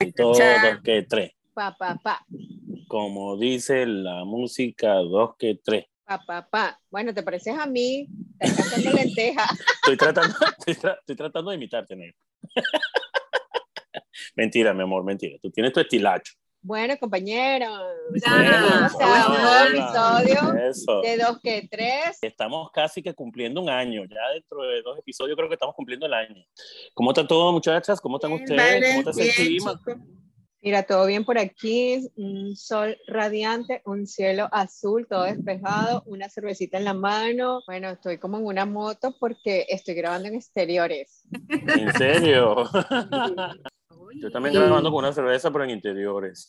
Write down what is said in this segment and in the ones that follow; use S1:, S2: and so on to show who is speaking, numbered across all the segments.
S1: Dos, dos que tres.
S2: Pa, pa, pa,
S1: Como dice la música, dos que tres.
S2: pa, pa, pa. Bueno, te pareces a mí. Te estás haciendo lenteja.
S1: Estoy tratando, estoy tra- estoy tratando de imitarte, negro. mentira, mi amor, mentira. Tú tienes tu estilacho.
S2: Bueno, compañero.
S3: Ya.
S2: Bienvenidos a un nuevo episodio
S1: Eso.
S2: de dos que tres.
S1: Estamos casi que cumpliendo un año. Ya dentro de dos episodios creo que estamos cumpliendo el año. ¿Cómo están todos, muchachas? ¿Cómo están ustedes? ¿Cómo está ese clima?
S2: Mira, todo bien por aquí. Un sol radiante, un cielo azul, todo despejado, una cervecita en la mano. Bueno, estoy como en una moto porque estoy grabando en exteriores.
S1: ¿En serio? Yo también
S2: Sí.
S1: grabando con una cerveza, pero en interiores.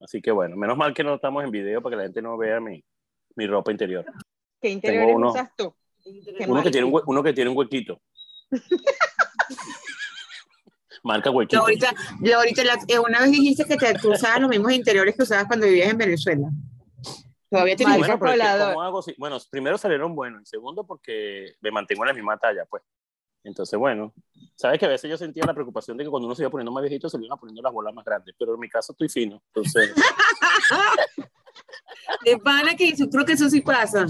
S1: Así que bueno, menos mal que no estamos en video para que la gente no vea mi, mi ropa interior.
S2: ¿Qué interiores
S1: uno.
S2: usas tú? Qué
S1: Uno
S2: mal.
S1: que, tiene un, hue- uno que tiene un huequito. Marca
S3: Yo
S1: huequito.
S3: ahorita, yo ahorita la- eh, una vez dijiste que te, tú usabas los mismos interiores que usabas cuando vivías en Venezuela. Todavía te
S1: Sí,
S2: Marca
S1: bueno, pero es que,
S2: colador.
S1: ¿cómo hago? si- bueno, primero salieron buenos, y segundo porque me mantengo en la misma talla, pues. Entonces, bueno, sabes que a veces yo sentía la preocupación de que cuando uno se iba poniendo más viejito se le iban poniendo las bolas más grandes, pero en mi caso estoy fino, entonces...
S3: De pana que yo creo que eso sí pasa.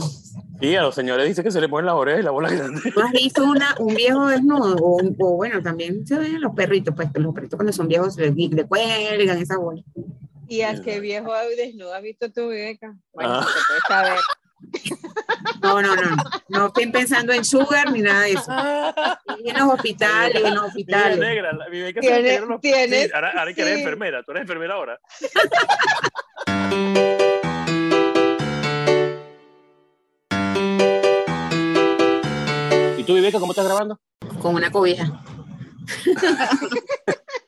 S1: Sí, a los señores dicen que se le ponen las orejas y la bola grande.
S3: ¿No has visto una, un viejo desnudo? O, un- o bueno, también se ven los perritos, pues que los perritos cuando son viejos le, le cuelgan esa bola.
S2: ¿Y a qué
S1: Exacto.
S2: viejo desnudo has visto tú, Viveca? Bueno,
S1: Ah.
S2: se puede saber.
S3: No, no, no. No estén pensando en sugar ni nada de eso. Y en los hospitales, en los
S1: Mira,
S3: hospitales.
S1: negra, la- mi beca se
S2: Tienes-
S1: integró en los-
S2: tienes-
S1: Sí, ahora, ahora que eres
S2: sí.
S1: enfermera, tú eres enfermera ahora. ¿Y tú, Viveca, cómo estás grabando?
S3: Con una cobija.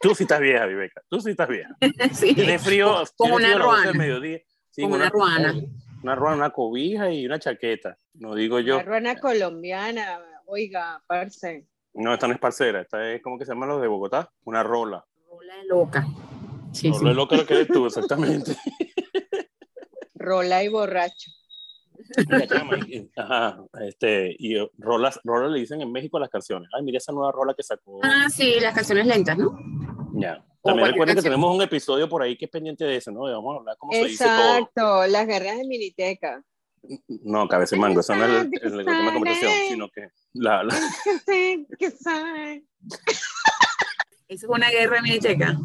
S1: Tú sí estás vieja, Viveca. Tú sí estás vieja.
S3: Sí.
S1: Tienes frío. tienes frío a las doce
S3: una
S1: del
S3: ruana.
S1: mediodía. Sí,
S3: Con una ruana.
S1: Una ruana, una cobija y una chaqueta. No digo yo.
S2: La ruana colombiana, oiga, parce.
S1: No, esta no es parcera. Esta es, ¿cómo que se llaman los de Bogotá? Una rola.
S3: Bola de loca. Sí,
S1: No,
S3: sí.
S1: lo es loca lo que eres tú, exactamente.
S2: Rola y borracho.
S1: Mira, chama, y- Ajá, este, y rolas, rolas le dicen en México a las canciones. Ay, mira esa nueva rola que sacó.
S3: Ah, sí, las canciones lentas, ¿no?
S1: Ya.
S2: oh,
S3: O
S1: También
S3: cualquier
S1: recuerden que
S3: canción.
S1: tenemos un episodio por ahí que es pendiente de eso, ¿no? De Vamos a hablar cómo se dice todo.
S2: Exacto, las guerras de Miniteca.
S1: No, cabeza de mango, esa no es la- la última conversación, sino que la, la-
S2: Que sé, que sé.
S3: Eso es una guerra miniteca,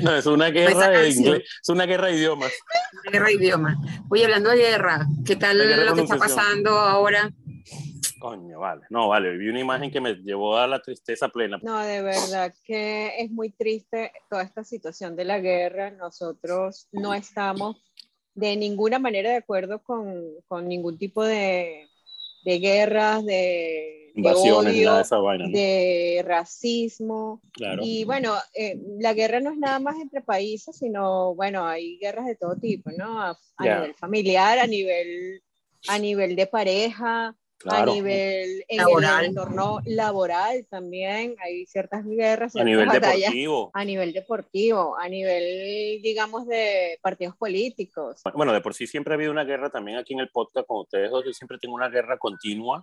S1: no, es una guerra
S3: Esa
S1: de
S2: Pues, ah,
S3: canción.
S1: inglés, es una guerra de idiomas.
S3: una guerra de idioma. Oye, hablando de guerra, ¿qué tal
S1: La guerra de
S3: lo que está
S1: pronunciación.
S3: pasando ahora?
S1: Coño, vale. No, vale, vi una imagen que me llevó a la tristeza plena.
S2: No, de verdad que es muy triste toda esta situación de la guerra. Nosotros no estamos de ninguna manera de acuerdo con, con ningún tipo de, de guerras, de, de
S1: Invasiones,
S2: odio,
S1: nada de esa vaina, ¿no?
S2: de racismo.
S1: Claro.
S2: Y bueno, eh, la guerra no es nada más entre países, sino, bueno, hay guerras de todo tipo, ¿no? A, a
S1: Ya.
S2: nivel familiar, a nivel, a nivel de pareja,
S1: claro.
S2: a nivel eh, en
S3: Laboral.
S2: el entorno laboral también, hay ciertas guerras,
S1: A
S2: ciertas
S1: nivel
S2: batallas.
S1: deportivo.
S2: A nivel deportivo, a nivel, digamos, de partidos políticos.
S1: Bueno, de por sí siempre ha habido una guerra también aquí en el podcast con ustedes dos. Yo siempre tengo una guerra continua.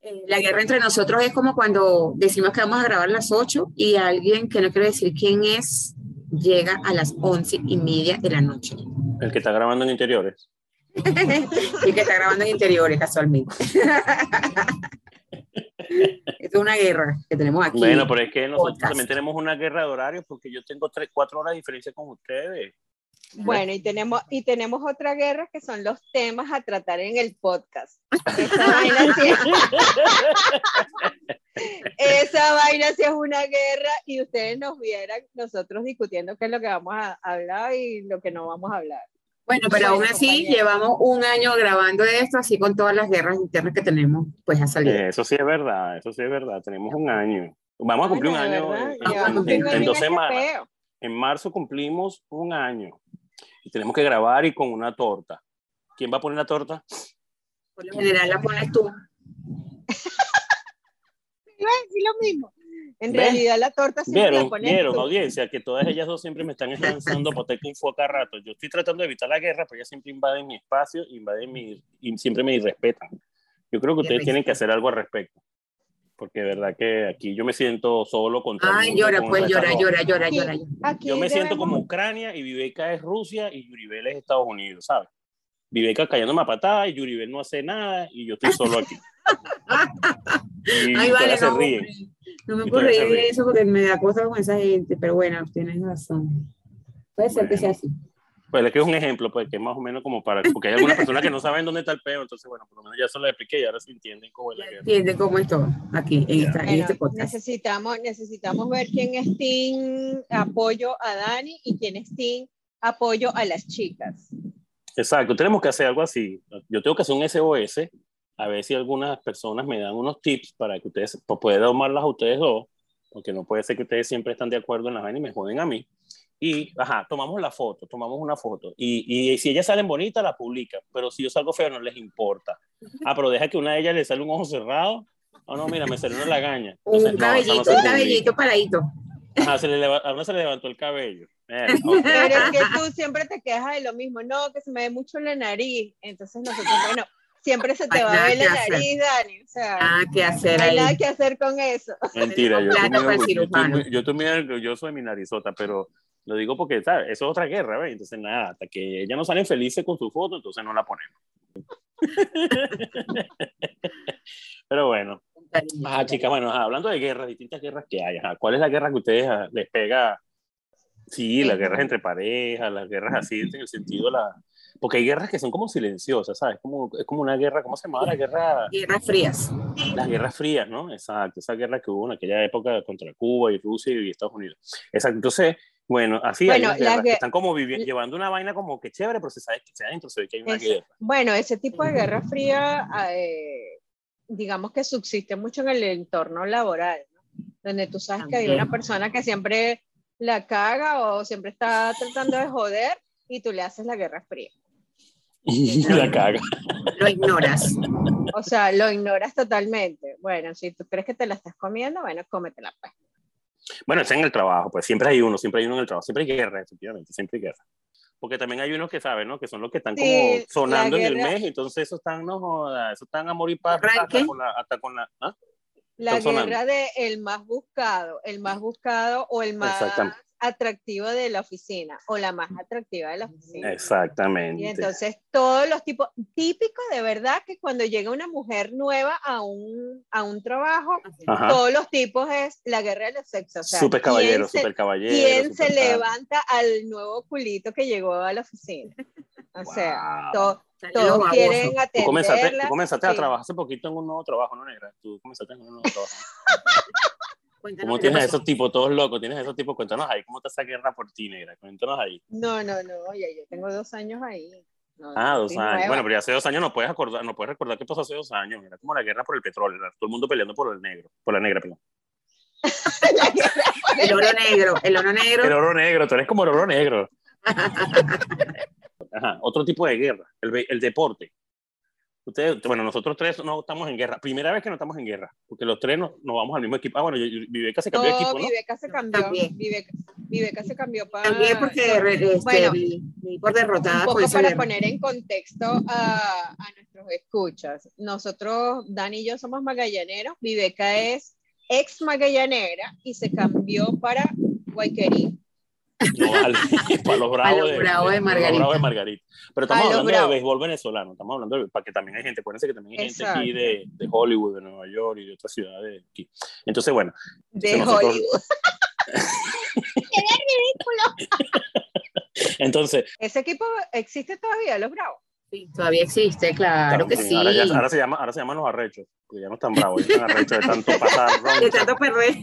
S3: Eh, La guerra entre nosotros es como cuando decimos que vamos a grabar a las 8 y alguien que no quiero decir quién es llega a las 11 y media de la noche.
S1: El que está grabando en interiores.
S3: y que está grabando en interiores casualmente. Esto es una guerra que tenemos aquí.
S1: Bueno, pero es que nosotros
S3: Podcast.
S1: también tenemos una guerra de horarios porque yo tengo tres, cuatro horas de diferencia con ustedes.
S2: Bueno, y tenemos, y tenemos otra guerra que son los temas a tratar en el podcast. Esa vaina sí es- Esa vaina sí es una guerra y ustedes nos vieran nosotros discutiendo qué es lo que vamos a hablar y lo que no vamos a hablar.
S3: Bueno, pero aún
S2: Bueno,
S3: así
S2: compañero.
S3: llevamos un año grabando esto, así con todas las guerras internas que tenemos, pues ha salido.
S1: Eh, eso sí es verdad, eso sí es verdad. Tenemos un año. Vamos a cumplir
S2: Bueno, de
S1: un año
S2: verdad,
S1: en-
S2: ya
S1: en-
S2: vamos a
S1: en-
S2: cumplir
S1: en
S2: un
S1: dos
S2: año este
S1: semanas.
S2: feo.
S1: En marzo cumplimos un año y tenemos que grabar y con una torta. ¿Quién va a poner la torta?
S3: Por lo general la pones tú.
S2: Iba a decir lo mismo. En
S1: ¿Ves?
S2: realidad la torta siempre la
S1: Vieron,
S2: pones
S1: vieron,
S2: tú.
S1: audiencia, que todas ellas dos siempre me están lanzando poteca un foco a rato. Yo estoy tratando de evitar la guerra, pero ellas siempre invaden mi espacio, invaden mi, y siempre me irrespetan. Yo creo que ustedes tienen que hacer algo al respecto. Porque de verdad que aquí yo me siento solo con todo el
S3: Ay,
S1: mundo,
S3: llora,
S1: con
S3: pues, llora,
S1: rechazón.
S3: llora, llora,
S2: Sí.
S3: llora. llora.
S2: Aquí
S1: Yo me siento
S2: debemos-
S1: como Ucrania y Viveca es Rusia y Yuribel es Estados Unidos, ¿sabes? Viveca cayéndome a patada y Yuribel no hace nada y yo estoy solo aquí. Y
S3: Ay,
S1: todavía
S3: vale,
S1: se
S3: no,
S1: ríen.
S3: no me
S1: Y
S3: puedo
S1: todavía se
S3: reír de
S1: ríen.
S3: eso porque me da cosa con esa gente, pero bueno, tienes razón. Puede ser que sea
S1: Bueno.
S3: así.
S1: Pues es que es un ejemplo, pues que es más o menos como para, porque hay algunas personas que no saben dónde está el peo, entonces bueno, por lo menos ya se lo expliqué y ahora se entienden cómo es la guerra.
S3: Entiende cómo es todo aquí en, esta- en
S2: Bueno,
S3: este podcast.
S2: necesitamos, necesitamos ver quién es team apoyo a Dani y quién es team apoyo a las chicas.
S1: Exacto, tenemos que hacer algo así. Yo tengo que hacer un SOS, a ver si algunas personas me dan unos tips para que ustedes, pues poder domarlas a ustedes dos, porque no puede ser que ustedes siempre están de acuerdo en las vainas y me joden a mí. Y, ajá, tomamos la foto, tomamos una foto. Y, y si ellas salen bonitas, la publican. Pero si yo salgo feo, no les importa. Ah, pero deja que una de ellas le sale un ojo cerrado. Ah, no, mira, me salió una lagaña. Entonces,
S3: Un
S1: no, esa
S3: cabellito,
S1: no se
S3: un
S1: publica.
S3: cabellito paradito.
S1: Ajá, se le leva- a una se le levantó el cabello. Eh, ok.
S2: Pero es que tú siempre te quejas de lo mismo, no, que se me ve mucho la nariz. Entonces nosotros, bueno, siempre se te
S3: Hay
S2: va
S3: nada
S2: a ver
S3: que
S2: la
S3: hacer.
S2: nariz, Dani. O sea,
S3: Ah, qué hacer
S2: no hay nada
S3: ahí.
S2: que hacer con eso.
S1: Mentira, yo
S3: Plata
S1: estoy, muy
S3: para el
S1: orgullo- yo estoy
S3: cirujano.
S1: muy- yo estoy muy orgulloso de mi narizota, pero lo digo porque, ¿sabes? Eso es otra guerra, ¿ves? Entonces, nada, hasta que ellas no salen felices con su foto, entonces no la ponemos. pero bueno, ajá, chicas, bueno, ajá, hablando de guerras, distintas guerras que hay, ajá, ¿cuál es la guerra que ustedes ah, les pega? Sí, las guerras entre parejas, las guerras así, en el sentido de la... Porque hay guerras que son como silenciosas, ¿sabes? Como, es como una guerra, ¿cómo se llama? La guerra
S3: Guerras frías.
S1: las guerras frías, ¿no? Exacto, esa guerra que hubo en aquella época contra Cuba y Rusia y Estados Unidos. Exacto, entonces, bueno, así hay
S2: Bueno,
S1: unas
S2: la
S1: guerras que
S2: guer-
S1: están como vivi- llevando una vaina como que chévere, pero se sabe que se adentro se ve que hay una
S2: Es-
S1: guerra.
S2: Bueno, ese tipo de guerra fría, eh, digamos que subsiste mucho en el entorno laboral, ¿no? donde tú sabes que hay
S3: También.
S2: una persona que siempre la caga o siempre está tratando de joder y tú le haces la guerra fría.
S1: la caga.
S3: Lo ignoras.
S2: O sea, lo ignoras totalmente. Bueno, si tú crees que te la estás comiendo, bueno, cómetela. pues.
S1: Bueno, está en el trabajo, pues siempre hay uno, siempre hay uno en el trabajo, siempre hay guerra, efectivamente, siempre hay guerra. Porque también hay unos que saben, ¿no? Que son los que están
S2: Sí,
S1: como sonando
S2: la
S1: en el
S2: guerra-
S1: mes, entonces esos están, no joda, esos están a morir para
S3: ¿Guerra de
S1: hasta
S3: qué?
S1: con la, hasta con la ¿ah?
S2: La
S1: Están sonando.
S2: guerra de el más buscado, el más buscado o el más
S1: Exactamente.
S2: atractivo de la oficina o la más atractiva de la oficina.
S1: Exactamente.
S2: Y entonces todos los tipos, típico de verdad que cuando llega una mujer nueva a un, a un trabajo,
S1: Ajá.
S2: todos los tipos es la guerra de los sexos. O sea,
S1: super caballero,
S2: ¿quién se,
S1: super caballero.
S2: ¿quién se
S1: super tal.
S2: levanta al nuevo culito que llegó a la oficina? O sea,
S1: Wow.
S2: to-
S3: Lo
S2: todos
S3: baboso.
S2: quieren
S1: Tú comenzaste,
S2: atenderla.
S1: tú comenzaste a
S2: sí.
S1: trabajar hace poquito en un nuevo trabajo, ¿no, negra? Tú comenzaste en un nuevo trabajo.
S3: Cuéntanos
S1: ¿Cómo
S3: qué
S1: tienes a
S3: pasó.
S1: esos tipos todos locos? ¿Tienes a esos tipos? Cuéntanos ahí, ¿cómo está esa guerra por ti, negra? Cuéntanos ahí.
S2: No, no, no, ya yo tengo dos años ahí. No,
S1: Ah, dos
S2: soy
S1: años.
S2: nueva.
S1: Bueno, pero ya hace dos años no puedes acordar, no puedes recordar qué pasó hace dos años. Era como la guerra por el petróleo, era todo el mundo peleando por el negro, por la negra, perdón.
S2: La guerra-
S3: El oro negro, el oro negro.
S1: El oro negro, tú eres como el oro negro. Ajá, otro tipo de guerra, el, be- el deporte. Ustedes, bueno, nosotros tres no estamos en guerra. Primera vez que no estamos en guerra, porque los tres no, no vamos al mismo equipo. Ah, bueno, yo- yo- Viveca se cambió de
S2: No,
S1: equipo, ¿no?
S2: Viveca se cambió.
S3: También.
S2: Viveca, Viveca se cambió para.
S3: También porque re- este,
S2: Bueno.
S3: vi- vi por
S2: un
S3: derrotada con
S2: poco
S3: esa
S2: para
S3: guerra.
S2: poner en contexto a, a nuestros escuchas. Nosotros, Dani y yo somos magallaneros, Viveca es ex magallanera y se cambió para Guayquerí.
S1: No, al- para los bravos,
S3: A los
S1: de,
S3: bravos
S1: para
S3: de
S1: los
S3: Margarita.
S1: bravos de Margarita. Pero
S2: A
S1: estamos
S2: los
S1: hablando
S2: bravos.
S1: de béisbol venezolano, estamos hablando de, para que también hay gente, acuérdense que también hay
S2: Exacto.
S1: gente aquí de, de Hollywood, de Nueva York y de otras ciudades de aquí. Entonces, bueno,
S2: De
S1: Sí, nosotros-
S2: Hollywood.
S1: entonces,
S2: Ese equipo existe todavía, los Bravos.
S3: Sí, Todavía existe, claro que sí.
S1: ahora, ya- ahora se llama, ahora se llaman los arrechos, porque ya no están bravos, ya están arrechos de tanto pasar
S3: De
S1: roncha,
S3: tanto perder.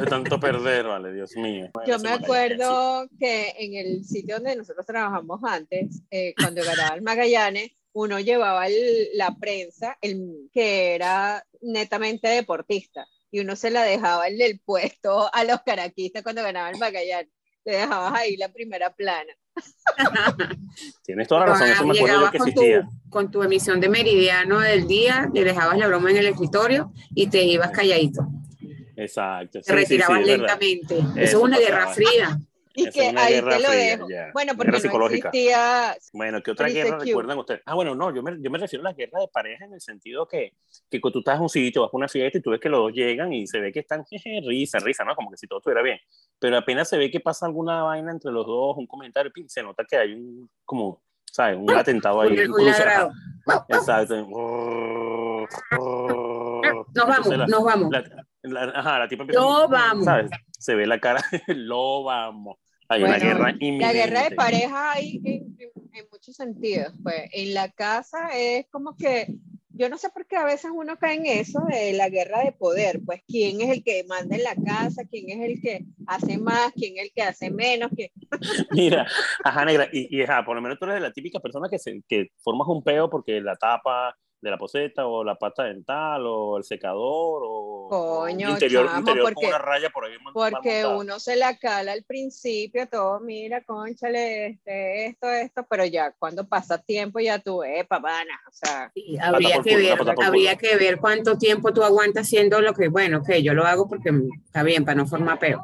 S1: de tanto perder, vale, Dios mío. Bueno,
S2: Yo
S1: se
S2: me
S1: mala idea,
S2: acuerdo que en el sitio donde nosotros trabajamos antes, eh, cuando ganaba el Magallanes, uno llevaba el- la prensa el, que era netamente deportista y uno se la dejaba en el puesto a los caraquistas cuando ganaba el Magallanes. Le dejabas ahí la primera plana.
S1: sí. Tienes toda la razón, eso me acuerdo yo
S3: Llegabas
S1: que
S3: con tu,
S1: existía.
S3: con tu emisión de meridiano del día, le dejabas la broma en el escritorio y te ibas calladito.
S1: Exacto.
S3: Te
S1: sí, sí, sí,
S3: retirabas
S1: es verdad.
S3: lentamente. Eso,
S1: Eso
S3: es una
S1: pasaba.
S3: guerra fría.
S2: Y
S1: Esa
S2: que
S1: es una
S2: ahí
S1: guerra
S2: te lo
S1: fría,
S2: dejo.
S1: ya.
S2: Bueno,
S1: Guerra
S2: porque no
S1: psicológica.
S2: existía.
S1: Bueno, ¿qué otra
S2: Dice
S1: guerra
S2: Q.
S1: recuerdan ustedes? Ah, bueno, no, yo me, yo me refiero a la guerra de pareja en el sentido que, que cuando tú estás en un sitio, vas a una fiesta y tú ves que los dos llegan y se ve que están jeje, risa, risa, ¿no? Como que si todo estuviera bien. Pero apenas se ve que pasa alguna vaina entre los dos, un comentario, pin, se nota que hay un, como, ¿sabes? Un atentado ahí.
S3: Un,
S1: un
S3: un
S1: cruce.
S3: ladrado.
S1: Exacto. Nos
S3: ah, Nos vamos, nos vamos.
S1: La, la- ajá, la tipa empieza.
S3: No vamos.
S1: ¿Sabes? Se ve la cara, lo vamos. Hay una
S2: Bueno,
S1: guerra
S2: La
S1: inminente.
S2: guerra de pareja hay en, en- en muchos sentidos. Pues en la casa es como que. Yo no sé por qué a veces uno cae en eso de la guerra de poder, pues quién es el que manda en la casa, quién es el que hace más, quién es el que hace menos, que
S1: Mira, ajá, negra, y, y ajá, por lo menos tú eres de la típica persona que, se, que formas un peo porque la tapa de la poseta o la pasta dental o el secador o
S2: Coño,
S1: un interior,
S2: chamo,
S1: un interior
S2: porque-
S1: con una raya por ahí. mal- mal
S2: Porque
S1: montada.
S2: uno se la cala al principio, todo, mira, conchale, este, esto, esto, pero ya cuando pasa tiempo ya tú, eh, papana, o sea,
S3: Sí, habría
S1: por
S3: que
S1: culo,
S3: ver,
S1: la pata por
S3: habría que ver cuánto tiempo tú aguantas haciendo lo que, bueno, que yo lo hago porque está bien, para no formar peo.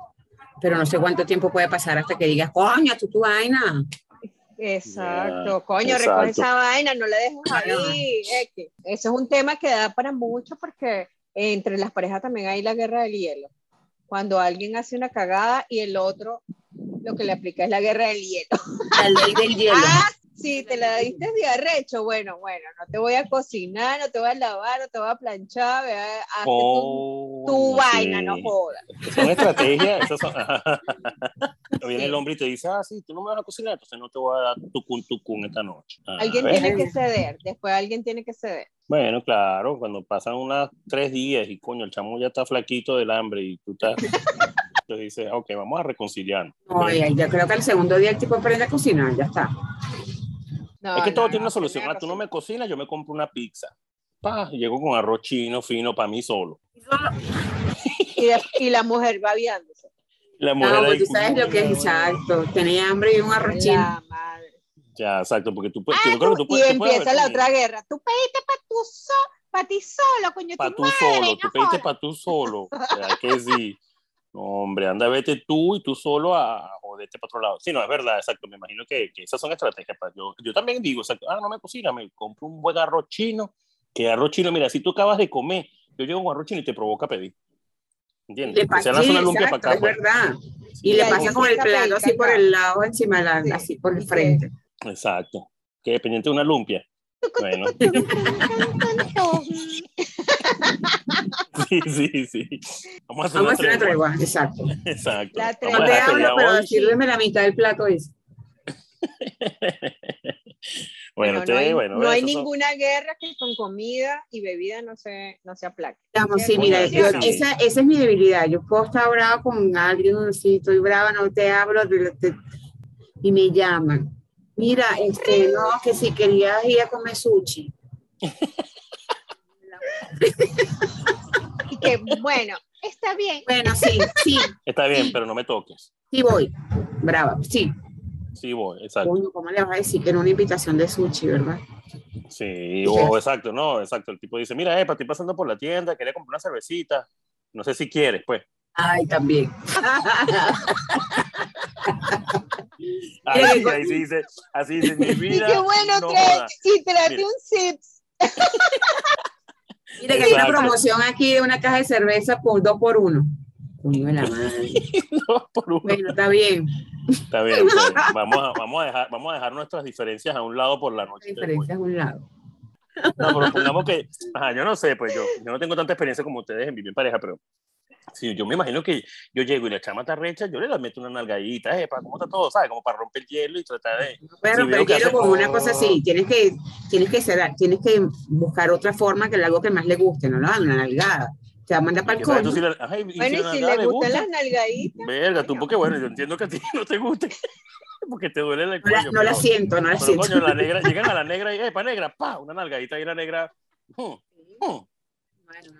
S3: Pero no sé cuánto tiempo puede pasar hasta que digas, coño, tú tu vaina.
S2: exacto, coño,
S1: exacto.
S2: recoge esa vaina, no la dejes
S3: Claro.
S2: ahí. eh, que- Eso es un tema que da para mucho porque entre las parejas también hay la guerra del hielo. Cuando alguien hace una cagada y el otro lo que le aplica es la guerra del hielo.
S3: La ley del hielo.
S2: Ah, sí, te la diste de arrecho. Bueno, bueno, no te voy a cocinar, no te voy a lavar, no te voy a planchar, ve, hazte tu- tu,
S1: Coño,
S2: vaina,
S1: sí.
S2: no jodas.
S1: Son estrategias. esas son- Viene el hombre y te dice, ah, sí, tú no me vas a cocinar, entonces no te voy a dar tucun tucun esta noche. Ah,
S2: Alguien
S1: ¿ves?
S2: tiene que ceder, después alguien tiene que ceder.
S1: Bueno, claro, cuando pasan unas tres días y coño, el chamo ya está flaquito del hambre y tú estás... Entonces dices, ok, vamos a reconciliar.
S3: Oye, yo creo que el segundo día el tipo aprende a cocinar, ya está.
S2: No,
S1: es que
S2: no,
S1: todo
S2: no,
S1: tiene una
S2: no,
S1: solución.
S2: tiene
S1: Ah, tú no
S2: razón.
S1: me cocinas, yo me compro una pizza. Pa, llego con arroz chino fino para mí solo.
S2: Y, de- y la mujer va viándose. Ah,
S1: La
S3: No,
S1: mujer ahí,
S3: pues tú sabes lo que es,
S1: "Coño,
S3: exacto. Tenía hambre y un arrochín.
S2: La madre.
S1: Ya, exacto, porque tú, puedes- yo creo que tú
S2: Ah, Y
S1: puedes. tú puedes
S2: empieza
S1: haber
S2: la
S1: comido.
S2: otra guerra. Tú pediste para tu so, pa' ti solo, coño,
S1: para
S2: tu
S1: tú
S2: madre,
S1: solo,
S2: no
S1: tú pediste
S2: jodas.
S1: para tú solo. ¿Verdad que sí? No, hombre, anda, vete tú y tú solo a, a joderte para otro lado. Sí, no, es verdad, exacto. Me imagino que, que esas son estrategias. pa- Yo, yo también digo, exacto, ah, no me cocina, me compro un buen arroz chino. Que arroz chino, mira, si tú acabas de comer, yo llego un arroz chino y te provoca pedir. ¿Entiendes?
S3: Le
S1: Que
S3: pasa,
S1: sea la
S3: sí,
S1: zona lumpia
S3: exacto,
S1: para acá.
S3: es
S1: pues.
S3: verdad. Y
S2: Y
S3: le
S2: ahí
S3: pasa con el
S2: empieza a pedir
S3: plato así por
S2: cacao.
S3: el lado, encima, la-
S2: Sí.
S3: así por
S2: ¿Y
S3: el
S2: qué?
S3: frente.
S1: Exacto. Que dependiente de una lumpia. Bueno. Sí, sí, sí. Vamos a hacer
S3: Vamos a
S1: una
S3: hacer
S1: tregua.
S3: una tregua, exacto.
S1: Exacto.
S2: La
S1: Vamos
S2: tregua.
S1: a
S3: No te
S1: dejar
S3: hablo,
S1: pelear
S3: pero
S1: hoy.
S3: sírveme la mitad del plato. dice.
S1: Bueno,
S2: no,
S1: te-
S2: hay,
S1: bueno,
S2: no hay
S1: esos son-
S2: ninguna guerra que con comida y bebida no se, no se aplaque.
S3: Vamos, sí, mira,
S1: Sí,
S3: yo-
S1: sí.
S3: esa, esa es mi debilidad. Yo puedo estar brava con alguien, si estoy brava, no te hablo, te- te- y me llaman. Mira, este, no, que si querías ir a comer sushi.
S2: Y que, bueno, está bien.
S3: Bueno, sí, sí,
S1: Está bien, pero no me toques.
S3: sí voy. Brava, sí.
S1: Sí, voy, exacto.
S3: Coño, ¿Cómo le vas a decir que era una invitación de sushi, verdad?
S1: Sí, o exacto, no, exacto. El tipo dice, mira, epa, estoy pasando por la tienda, quería comprar una cervecita. No sé si quieres, pues.
S3: Ay, también.
S1: Ahí,
S3: Mira,
S1: sí,
S3: que-
S1: ahí sí dice, así dice, mi
S2: Y
S1: vida.
S2: qué bueno,
S1: no
S2: trae-
S1: joda".
S2: y trate
S1: Mira.
S2: un sips.
S3: Mira que hay una
S1: Exacto.
S3: promoción aquí de una caja de cerveza por dos por uno. Coño de la madre.
S1: No, por uno.
S3: Bueno, está bien.
S1: Está bien, está bien. Vamos, a, vamos, a dejar, vamos a dejar nuestras diferencias a un lado por la
S3: La
S1: noche.
S3: diferencia es un lado.
S1: No, pero pongamos que, ajá, yo no sé, pues yo, yo no tengo tanta experiencia como ustedes en vivir en pareja, pero si yo me imagino que yo llego y la chama está recha, yo le la meto una nalgadita, eh, para cómo está todo, ¿sabes? Como para romper el hielo y tratar de...
S3: No puedes
S1: Sí,
S3: romper
S1: veo que
S3: hielo
S1: hace-
S3: con una cosa así. Tienes que, tienes que ser, tienes que buscar otra forma que algo que más le guste, no lo hagan una nalgada. Te va a mandar para
S1: Y
S3: el
S1: que, ¿sabes?
S3: coño.
S1: Tú sí la- ajá, y- y si
S2: Bueno,
S1: la
S2: y si
S1: nalgada
S2: le gustan las nalgaditas,
S1: Verga, tú, porque bueno, yo entiendo que a ti no te guste, porque te duele el
S3: No la,
S1: cuello.
S3: no la
S1: pero-
S3: siento, no la
S1: Pero
S3: siento.
S1: coño, la negra, llegan a la negra y, epa, negra, pa, una nalgadita y la negra, mm, mm,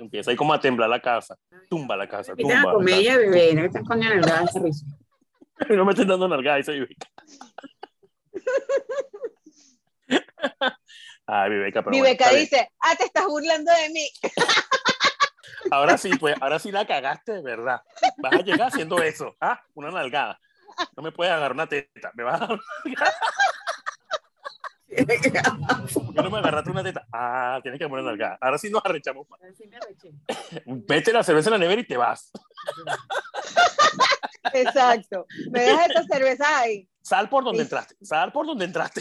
S1: empieza ahí como a temblar la casa, tumba la casa,
S3: Invitan a
S1: tumba.
S3: comer y
S1: la
S3: a beber, no están coño nalgada esa risa.
S1: casa. No me estén dando nalgada, dice Viveca. Ay, Viveca, pero
S2: mi
S1: bueno,
S2: beca
S1: está bien.
S2: dice, ah, te estás burlando de mí.
S1: Ahora sí, pues, ahora sí la cagaste de verdad. Vas a llegar haciendo eso, ¿ah? Una nalgada. No me puedes agarrar una teta. Me vas a agarrar- ¿Por qué no me agarraste una teta? Ah, tienes que poner acá. Ahora sí nos arrechamos más.
S3: Así me arreché.
S1: Vete la cerveza en la nevera y te vas.
S2: Exacto. Me dejas esta cerveza ahí.
S1: Sal por donde
S2: Sí.
S1: entraste. Sal por donde entraste.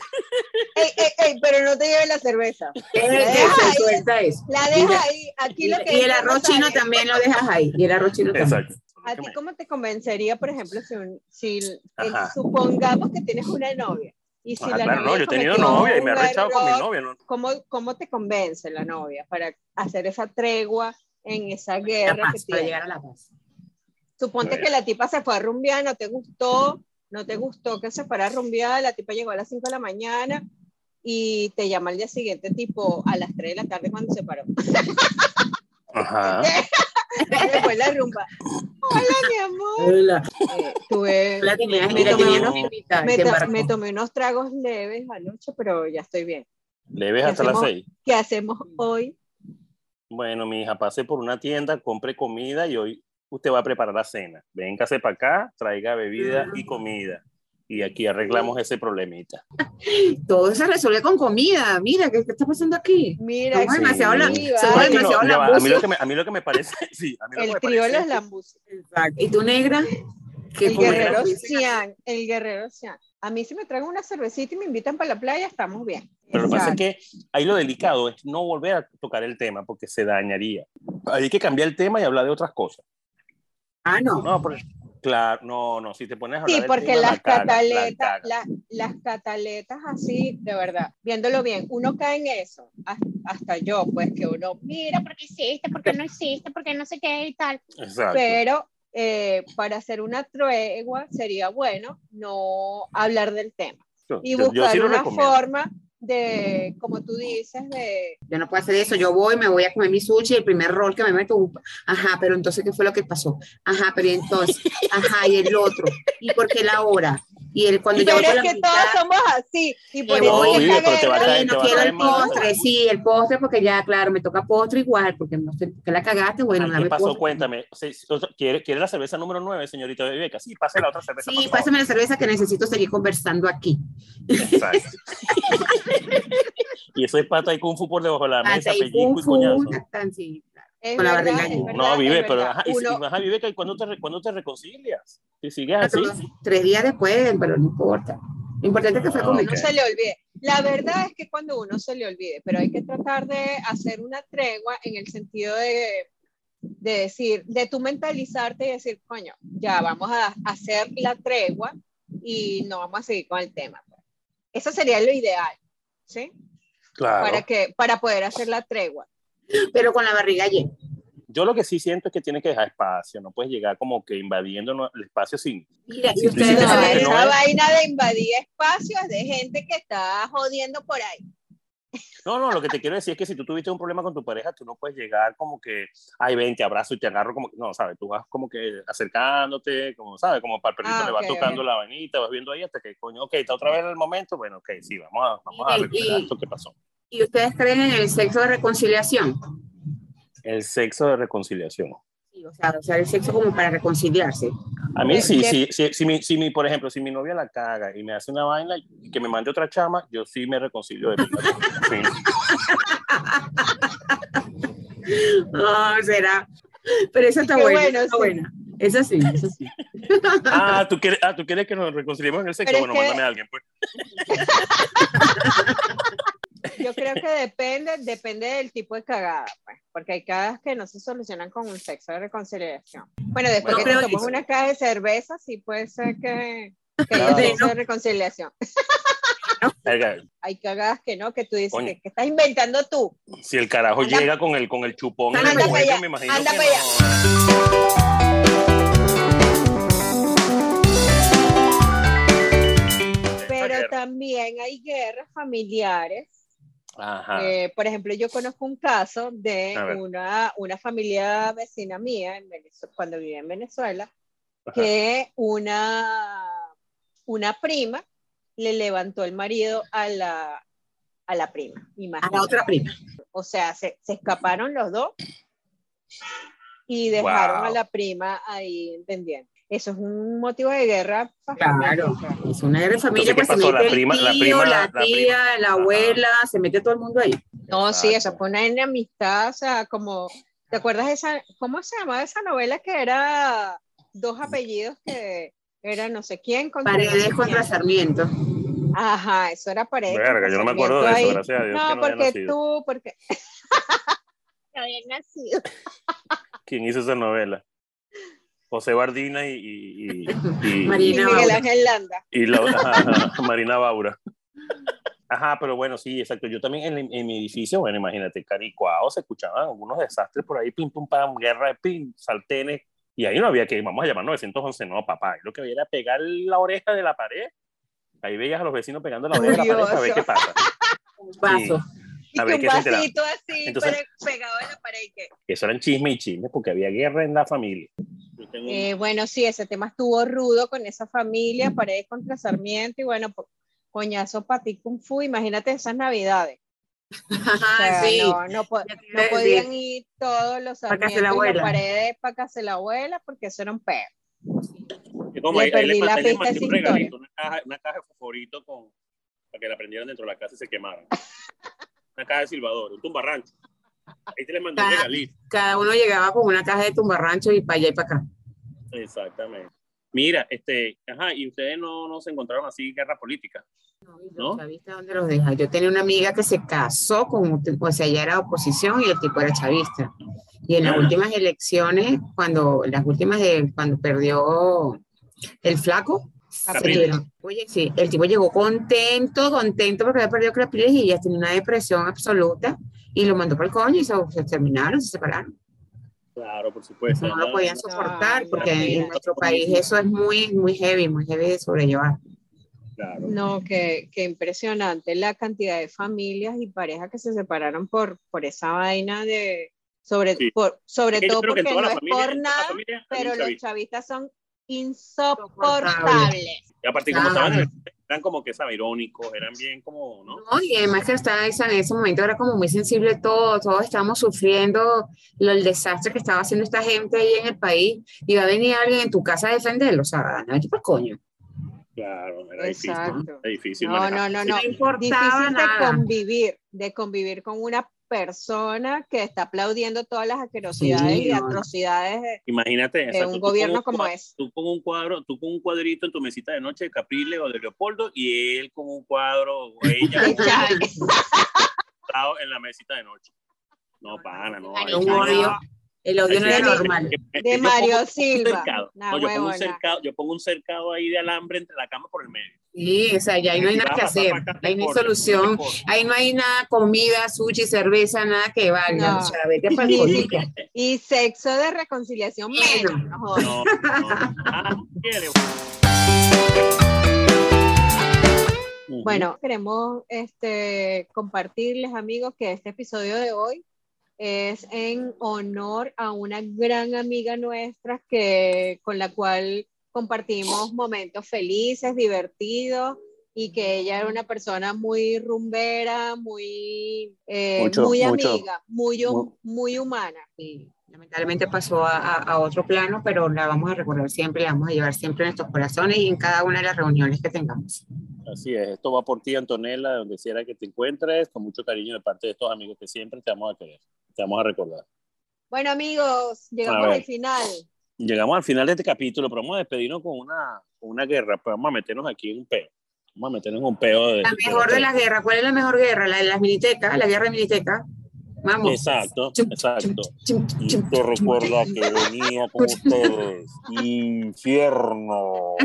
S2: Ey, ey, ey, pero no te lleves la cerveza.
S3: Es el Eh, que
S2: Ay.
S3: se suelta eso.
S2: La dejas
S3: Mira,
S2: ahí. Aquí
S3: Y,
S2: lo que
S3: y el
S2: entra no
S3: arroz chino
S2: sale.
S3: también lo dejas ahí. Y el arroz chino también.
S1: Exacto.
S2: ¿A ti cómo te convencería, por ejemplo, si, un- si el-
S1: Ajá.
S2: supongamos que tienes una novia? Y si
S1: Ah,
S2: la
S1: claro, no, yo he tenido
S2: cometió
S1: novia y me he
S2: un
S1: arrechado con mi
S2: error,
S1: novia. ¿no?
S2: ¿cómo, ¿Cómo te convence la novia para hacer esa tregua en esa
S3: La
S2: guerra que
S3: paz, para
S2: tiene?
S3: llegar a la paz.
S2: Suponte
S1: Pues
S2: que la tipa se fue a rumbear, no te gustó, no te gustó que se fuera a rumbear, la tipa llegó a las 5 de la mañana y te llama al día siguiente, tipo a las 3 de la tarde cuando se paró.
S1: Ajá.
S2: Después la rumba. Hola, mi amor.
S3: Hola.
S2: Eh, tuve,
S3: Hola, tenías-
S2: Me
S3: mira,
S2: tomé
S3: tenías
S1: un-
S3: que invitar,
S2: me,
S3: te
S2: to-
S3: embarcó.
S2: me tomé unos tragos leves anoche, pero ya estoy bien.
S1: Debes hasta las
S2: hacemos?
S1: seis.
S2: ¿Qué hacemos
S1: Mm.
S2: hoy?
S1: Bueno, mi hija, pase por una tienda, compre comida y hoy usted va a preparar la cena. Véngase para acá, traiga bebida y comida. Y aquí arreglamos ese problemita.
S3: Todo se resuelve con comida. Mira, ¿qué, qué está pasando aquí?
S2: Mira,
S3: Somos
S1: sí.
S3: demasiado, la-
S2: Sí, va.
S3: somos
S1: Ay, que no,
S3: demasiado
S1: ya va, a, mí lo
S3: lambucios.
S1: que me, a mí lo que me parece, sí, a mí lo que
S2: el
S1: me
S2: criollo
S1: parece
S2: es lambucio.
S3: Exacto. ¿Y tú, negra? Que
S2: El
S3: como
S1: comer,
S2: guerrero
S3: dicen aquí,
S2: cian, el guerrero cian. A mí si me traen una cervecita y me invitan para la playa, estamos bien.
S1: Pero lo que pasa es
S2: Exacto.
S1: que ahí lo delicado es no volver a tocar el tema porque se dañaría. Hay que cambiar el tema y hablar de otras cosas.
S3: Ah, no.
S1: No, pero- claro, no, no, si te pones a hablar
S2: Sí,
S1: del
S2: porque
S1: tema, la
S2: las
S1: cagas, la
S2: cataletas,
S1: cagas.
S2: la- las cataletas así, de verdad, viéndolo bien, uno cae en eso, hasta, hasta yo, pues que uno,
S4: mira, porque hiciste, porque no hiciste, porque no sé qué y tal.
S1: Exacto.
S2: pero eh, para hacer una tregua sería bueno no hablar del tema
S1: Yo-
S2: y
S1: yo- yo
S2: buscar
S1: sí lo
S2: una
S1: recomiendo.
S2: forma de, como tú dices, de,
S3: Yo no puedo hacer eso. Yo voy, me voy a comer mi sushi, el primer rol que me meto. un- Ajá, pero entonces, ¿qué fue lo que pasó? Ajá, pero y entonces, ajá, y el otro. ¿Y por qué la hora? Y el cuando yo
S2: pero
S3: voy
S2: es
S3: la
S2: que
S3: mitad,
S2: todos somos así y por
S3: Pero
S2: eso
S3: obvio,
S2: es la
S1: pero te va a
S2: guerra.
S1: caer-
S3: Oye, no
S1: te va a
S3: quiero
S1: caer
S3: el
S1: mal.
S3: postre, sí, el postre, porque ya, claro, me toca postre igual, porque no sé, que la cagaste, bueno,
S1: Ay,
S3: dame
S1: ¿Qué pasó?
S3: postre.
S1: Cuéntame. Sí, sí, otra- ¿Quiere, quiere la cerveza número 9, señorita Bebeca? Sí, pase la otra cerveza.
S3: Sí,
S1: por favor.
S3: pásame la cerveza que necesito seguir conversando aquí.
S1: Exacto. y eso es pata y kung fu por debajo de la mesa,
S3: Hasta ahí,
S1: pellizco
S3: pum,
S1: y pues, coñazo.
S3: pum, hasta en sí.
S1: Ah,
S2: Es
S3: con la
S2: verdad,
S3: barriga
S2: es
S3: llena.
S2: verdad,
S1: No, vive,
S2: es
S1: pero
S2: verdad.
S1: ajá, y, si-
S2: Uno-
S1: ajá, Viveca, ¿y cuándo te, re- cuándo te reconcilias? Si sigues
S3: Ah,
S1: así,
S3: pero Tres días después, pero no importa. Lo importante es que fue
S1: Ah,
S3: conmigo.
S2: no se le olvide. La verdad es que cuando uno se le olvide, pero hay que tratar de hacer una tregua en el sentido de, de decir, de tú mentalizarte y decir, coño, ya vamos a hacer la tregua y no vamos a seguir con el tema. Eso sería lo ideal, ¿sí?
S1: claro.
S2: Para, que, para poder hacer la tregua.
S3: Pero con la barriga llena.
S1: Yo lo que sí siento es que tiene que dejar espacio, no puedes llegar como que invadiendo no- el espacio sin.
S3: Mira, y
S1: Sí,
S2: No,
S3: ustedes
S1: sí,
S3: no
S1: sí,
S3: saben-
S1: sí,
S2: esa
S1: es.
S2: vaina de invadir espacios de gente que está jodiendo por ahí.
S1: No, no, lo que te quiero decir es que si tú tuviste un problema con tu pareja, tú no puedes llegar como que, ay, ven, te abrazo y te agarro como, que- no, ¿sabes? Tú vas como que acercándote, como, ¿sabes? Como para el perrito
S2: Ah,
S1: le vas
S2: ok,
S1: tocando la vainita, vas viendo ahí hasta que, coño, ok, está otra vez en el momento, bueno, ok, sí, vamos a, vamos a
S3: Y-
S1: recuperar
S3: y-
S1: esto que pasó.
S3: ¿Y ustedes creen en el sexo de reconciliación?
S1: El sexo de reconciliación.
S3: Sí, o sea, o sea, el sexo como para reconciliarse.
S1: A mí
S2: De-
S1: sí,
S2: de-
S1: sí, sí, si mi, si mi, por ejemplo, si mi novia la caga y me hace una vaina y que me mande otra chama, yo sí me reconcilio de primera. Sí.
S3: No, será. Pero esa está
S2: Qué
S3: buena.
S2: bueno,
S3: esa está
S2: sí.
S3: buena. Esa sí, esa sí.
S1: Ah, ¿tú quieres, ah, ¿tú quieres que nos reconciliemos en el sexo?
S2: Pero es
S1: bueno,
S2: que-
S1: mándame a alguien, pues.
S2: Yo creo que depende, depende del tipo de cagada, pues, porque hay cagadas que no se solucionan con un sexo de reconciliación. Bueno, después
S1: Bueno,
S2: que te
S1: creo
S2: tomas
S1: que-
S2: una caja de cerveza, sí puede ser que, que
S1: Claro.
S2: haya sexo de reconciliación.
S1: Verga,
S2: Hay cagadas que no, que tú dices
S1: Coño.
S2: que, que estás inventando tú.
S1: Si el carajo
S2: Anda-
S1: llega con el, con el chupón en
S3: Anda
S1: el
S3: pa'
S1: cuello,
S2: allá,
S1: me imagino
S2: anda
S1: que
S2: pa'
S1: no.
S2: Pero
S1: guerra.
S2: también hay guerras familiares.
S1: Ajá.
S2: Eh, por ejemplo, yo conozco un caso de
S1: Ah. A ver.
S2: una, una familia vecina mía en Venezue- cuando vivía en Venezuela,
S1: Ajá.
S2: que una, una prima le levantó el marido a la, a la prima.
S3: A
S2: imagínate.
S3: la otra prima.
S1: Ah.
S2: O sea, se, se escaparon los dos y dejaron
S1: Wow.
S2: a la prima ahí entendiendo. Eso es un motivo de guerra.
S3: Claro. Es una guerra de familia,
S1: Entonces, ¿qué
S3: pues se
S1: pasó?
S3: mete
S1: La prima-
S3: el
S1: la
S3: tío, la,
S1: prima- la
S3: tía,
S1: prima.
S3: la abuela, se mete todo el mundo ahí.
S2: No, sí,
S1: Exacto.
S2: eso fue una enemistad, o sea, como, ¿te acuerdas de esa, cómo se llamaba esa novela que era dos apellidos que era no sé quién contra no sé
S3: Paredes
S2: quién?
S3: contra Sarmiento.
S2: Ajá, eso era paredes.
S1: Verga,
S2: contra
S1: yo no me
S2: Sarmiento
S1: acuerdo de eso,
S2: ahí.
S1: gracias a Dios. que
S2: No,
S1: no había
S2: porque
S1: nacido.
S2: tú, porque
S4: que había nacido.
S1: ¿Quién hizo esa novela? José Bardina y, y, y- y-
S2: y
S3: Marina
S2: Miguel
S3: Baura.
S2: Ángel Landa.
S1: y la- ajá, Marina Baura. Ajá, pero bueno, sí, exacto. Yo también en, en mi edificio, bueno, imagínate, caricuado, se escuchaban algunos desastres por ahí, pim, pum, pam, guerra de pim, saltenes, y ahí no había que, vamos a llamar 911, no, papá, ahí lo que había era pegar la oreja de la pared, ahí veías a los vecinos pegando la oreja de la pared a ver qué pasa.
S3: Paso.
S2: Y
S1: A ver,
S2: que un
S1: ¿qué se enteraba?
S2: vasito así
S1: Entonces-
S2: pero pegado en la pared. y que-
S1: Eso eran chismes y chismes porque había guerra en la familia. Mm.
S2: Eh, bueno, sí, ese tema estuvo rudo con esa familia,
S1: Mm.
S2: paredes contra Sarmiento, y bueno, po- coñazo patí Kung Fu, imagínate esas navidades. O sea,
S3: Ajá, Ah, sí.
S2: no, no, po-
S3: Ya te
S2: no
S3: iba a
S2: podían
S3: decir.
S2: ir todos los
S3: Pa' casa de
S2: sarmientos
S3: la
S2: y
S3: abuela.
S2: las paredes para casa de la abuela porque eso era un perro.
S1: Y como
S2: Le
S1: ahí- ahí
S2: perdí la
S1: mandé- le
S2: pista a
S1: mandé
S2: esa
S1: un regalito, una caja, una caja de fosforito con, para que la prendieran dentro de la casa y se quemaran. Una caja de silbador, un tumbarrancho. Ahí te le
S2: Ah.
S1: mandé un
S3: Caja.
S1: regalito.
S3: Cada uno llegaba con una caja de tumbarrancho y para allá y para acá.
S1: Exactamente. Mira, este, ajá, y ustedes no, no se encontraron así guerra política.
S3: Los
S1: ¿No?
S3: chavistas, ¿dónde los deja? Yo tenía una amiga que se casó con, un tipo, o sea, ella era oposición y el tipo era chavista. Y en las
S1: Ah.
S3: últimas elecciones, cuando las últimas de cuando perdió el flaco, se
S1: Capriles.
S3: dieron- oye, sí, el tipo llegó contento, contento porque había perdido Capriles y ella tenía una depresión absoluta y lo mandó para el coño y se, se terminaron, se separaron.
S1: Claro, por supuesto.
S3: No lo podían soportar
S2: no,
S3: porque
S2: mira.
S3: en nuestro país eso es muy, muy heavy, muy heavy de sobrellevar.
S1: Claro.
S2: No, qué, qué impresionante la cantidad de familias y parejas que se separaron por, por esa vaina de sobre,
S1: Sí.
S2: por- sobre
S1: Es que yo
S2: todo
S1: creo que
S2: porque
S1: en toda
S2: no
S1: la
S2: es
S1: familia, en
S2: por
S1: toda la
S2: nada,
S1: familia había un
S2: pero los
S1: chavista.
S2: chavistas son
S3: Insoportables.
S2: insoportables.
S1: Y aparte, como
S3: Claro.
S1: estaban, en el- eran como que sabe, irónicos, eran bien como, ¿no?
S3: No, y además que estaba esa- en ese momento era como muy sensible todo, todos estábamos sufriendo lo, el desastre que estaba haciendo esta gente ahí en el país y va a venir alguien en tu casa a defenderlo, o sea, no, ¿qué por coño?
S1: Claro, era difícil.
S2: Exacto.
S1: Era difícil.
S2: No,
S1: manejar.
S2: no, no,
S1: Sí,
S2: no.
S3: No importaba
S2: Difícil de
S3: nada.
S2: convivir, de convivir con una persona que está aplaudiendo todas las asquerosidades
S3: Sí,
S2: y
S3: no.
S2: atrocidades de,
S1: Imagínate,
S2: de
S1: exacto,
S2: un
S1: tú con
S2: gobierno como
S1: cua-
S2: ese.
S1: Tú con un cuadro, tú con un cuadrito en tu mesita de noche de Caprile o de Leopoldo y él con un cuadro o ella
S2: De
S1: con un
S2: Chávez.
S1: cuadro en la mesita de noche. No, pana, no.
S4: Ay,
S1: ahí
S4: un
S1: sí no.
S3: odio. El odio
S1: Ahí
S3: no
S1: sí
S3: era
S1: no.
S3: normal.
S1: Yo pongo
S2: De
S1: un
S2: Mario Silva.
S1: cercado.
S2: Nah,
S1: No, yo pongo un
S2: huevona.
S1: cercado, yo pongo un cercado ahí de alambre entre la cama por el medio.
S3: Sí, o sea, ya ahí no hay
S1: Y
S3: nada
S1: vas
S3: que
S1: a pasar
S3: hacer,
S1: para acá,
S3: ahí no hay
S1: corre,
S3: solución,
S1: corre.
S3: ahí no hay nada, comida, sushi, cerveza, nada que valga,
S2: No.
S3: o sea, vete para el coño.
S2: Y sexo de reconciliación menos. no jodas.
S1: No, no. Ah, quiere.
S2: Bueno, queremos este, compartirles, amigos, que este episodio de hoy es en honor a una gran amiga nuestra que, con la cual compartimos momentos felices, divertidos, y que ella era una persona muy rumbera, muy, eh,
S1: Mucho,
S2: muy
S1: mucho.
S2: amiga, muy, hum-
S1: Mu-
S2: muy humana.
S3: Sí, lamentablemente pasó a, a- a otro plano, pero la vamos a recordar siempre, la vamos a llevar siempre en nuestros corazones y en cada una de las reuniones que tengamos.
S1: Así es, esto va por ti, Antonella, donde quiera que te encuentres, con mucho cariño de parte de estos amigos que siempre te vamos a querer, te vamos a recordar.
S2: Bueno, amigos, llegamos
S1: A ver.
S2: al final.
S1: Llegamos al final de este capítulo, pero vamos a despedirnos con una, con una guerra, pues vamos a meternos aquí en un peo. Vamos a meternos en un peo de...
S3: La mejor de las guerras, ¿cuál es la mejor guerra? La de las militecas, la guerra de militeca. Vamos.
S1: Exacto,
S3: Chum,
S1: exacto.
S3: chum, chum,
S1: Y
S3: chum,
S1: esto
S3: chum,
S1: recuerda que venía con ustedes. Infierno.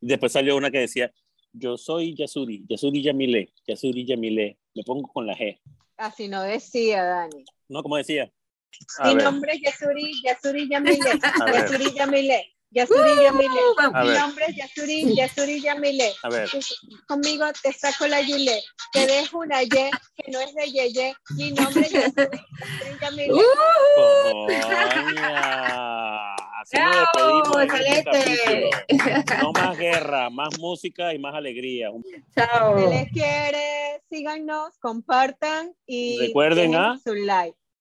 S1: Después salió una que decía, yo soy Yasuri, Yasuri Yamile, Yasuri Yamile, me pongo con la G.
S2: Así no decía, Dani.
S1: ¿No? ¿Cómo decía? A
S2: Mi
S1: ver,
S2: nombre es Yasuri, Yasuri Yamile,
S1: A ver.
S2: Yasuri Yamile, Yasuri Yamile.
S3: Uh, vamos.
S1: A
S2: Mi
S1: ver.
S2: nombre es Yasuri, Yasuri Yamile.
S1: a ver.
S2: Conmigo te saco la Yule. Te dejo una Y que no es de Yeye. Mi nombre es Yasuri, Yasuri Yamile.
S1: Coña. Así nos
S3: Bravo,
S1: despedimos en este
S3: excelente.
S1: capítulo. No más guerra, más música y más alegría. Un
S3: Chao.
S2: Se les quiere, síganos, compartan y
S1: Recuerden,
S2: dejen
S1: ¿ah?
S2: su like.